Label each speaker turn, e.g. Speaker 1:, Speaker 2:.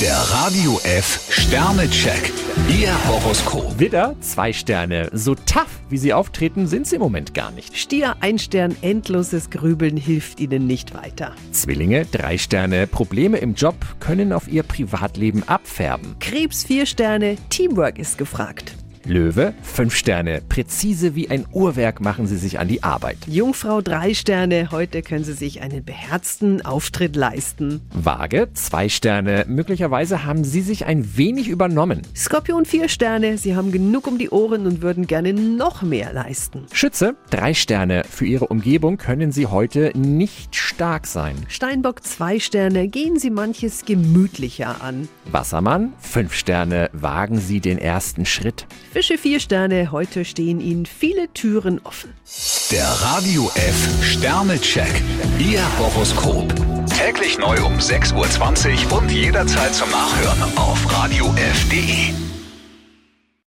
Speaker 1: Der Radio F Sternecheck. Ihr Horoskop.
Speaker 2: Widder, zwei Sterne. So tough, wie sie auftreten, sind sie im Moment gar nicht.
Speaker 3: Stier ein Stern, endloses Grübeln hilft Ihnen nicht weiter.
Speaker 2: Zwillinge, drei Sterne. Probleme im Job können auf ihr Privatleben abfärben.
Speaker 3: Krebs vier Sterne, Teamwork ist gefragt.
Speaker 2: Löwe, fünf Sterne. Präzise wie ein Uhrwerk machen sie sich an die Arbeit.
Speaker 3: Jungfrau drei Sterne, heute können Sie sich einen beherzten Auftritt leisten.
Speaker 2: Waage, zwei Sterne. Möglicherweise haben sie sich ein wenig übernommen.
Speaker 3: Skorpion vier Sterne, Sie haben genug um die Ohren und würden gerne noch mehr leisten.
Speaker 2: Schütze, drei Sterne. Für ihre Umgebung können sie heute nicht stark sein.
Speaker 3: Steinbock zwei Sterne, gehen Sie manches gemütlicher an.
Speaker 2: Wassermann, fünf Sterne. Wagen sie den ersten Schritt.
Speaker 3: Fische vier Sterne, heute stehen Ihnen viele Türen offen.
Speaker 1: Der Radio F Sternecheck. Ihr Horoskop. Täglich neu um 6.20 Uhr und jederzeit zum Nachhören auf Radio radiof.de.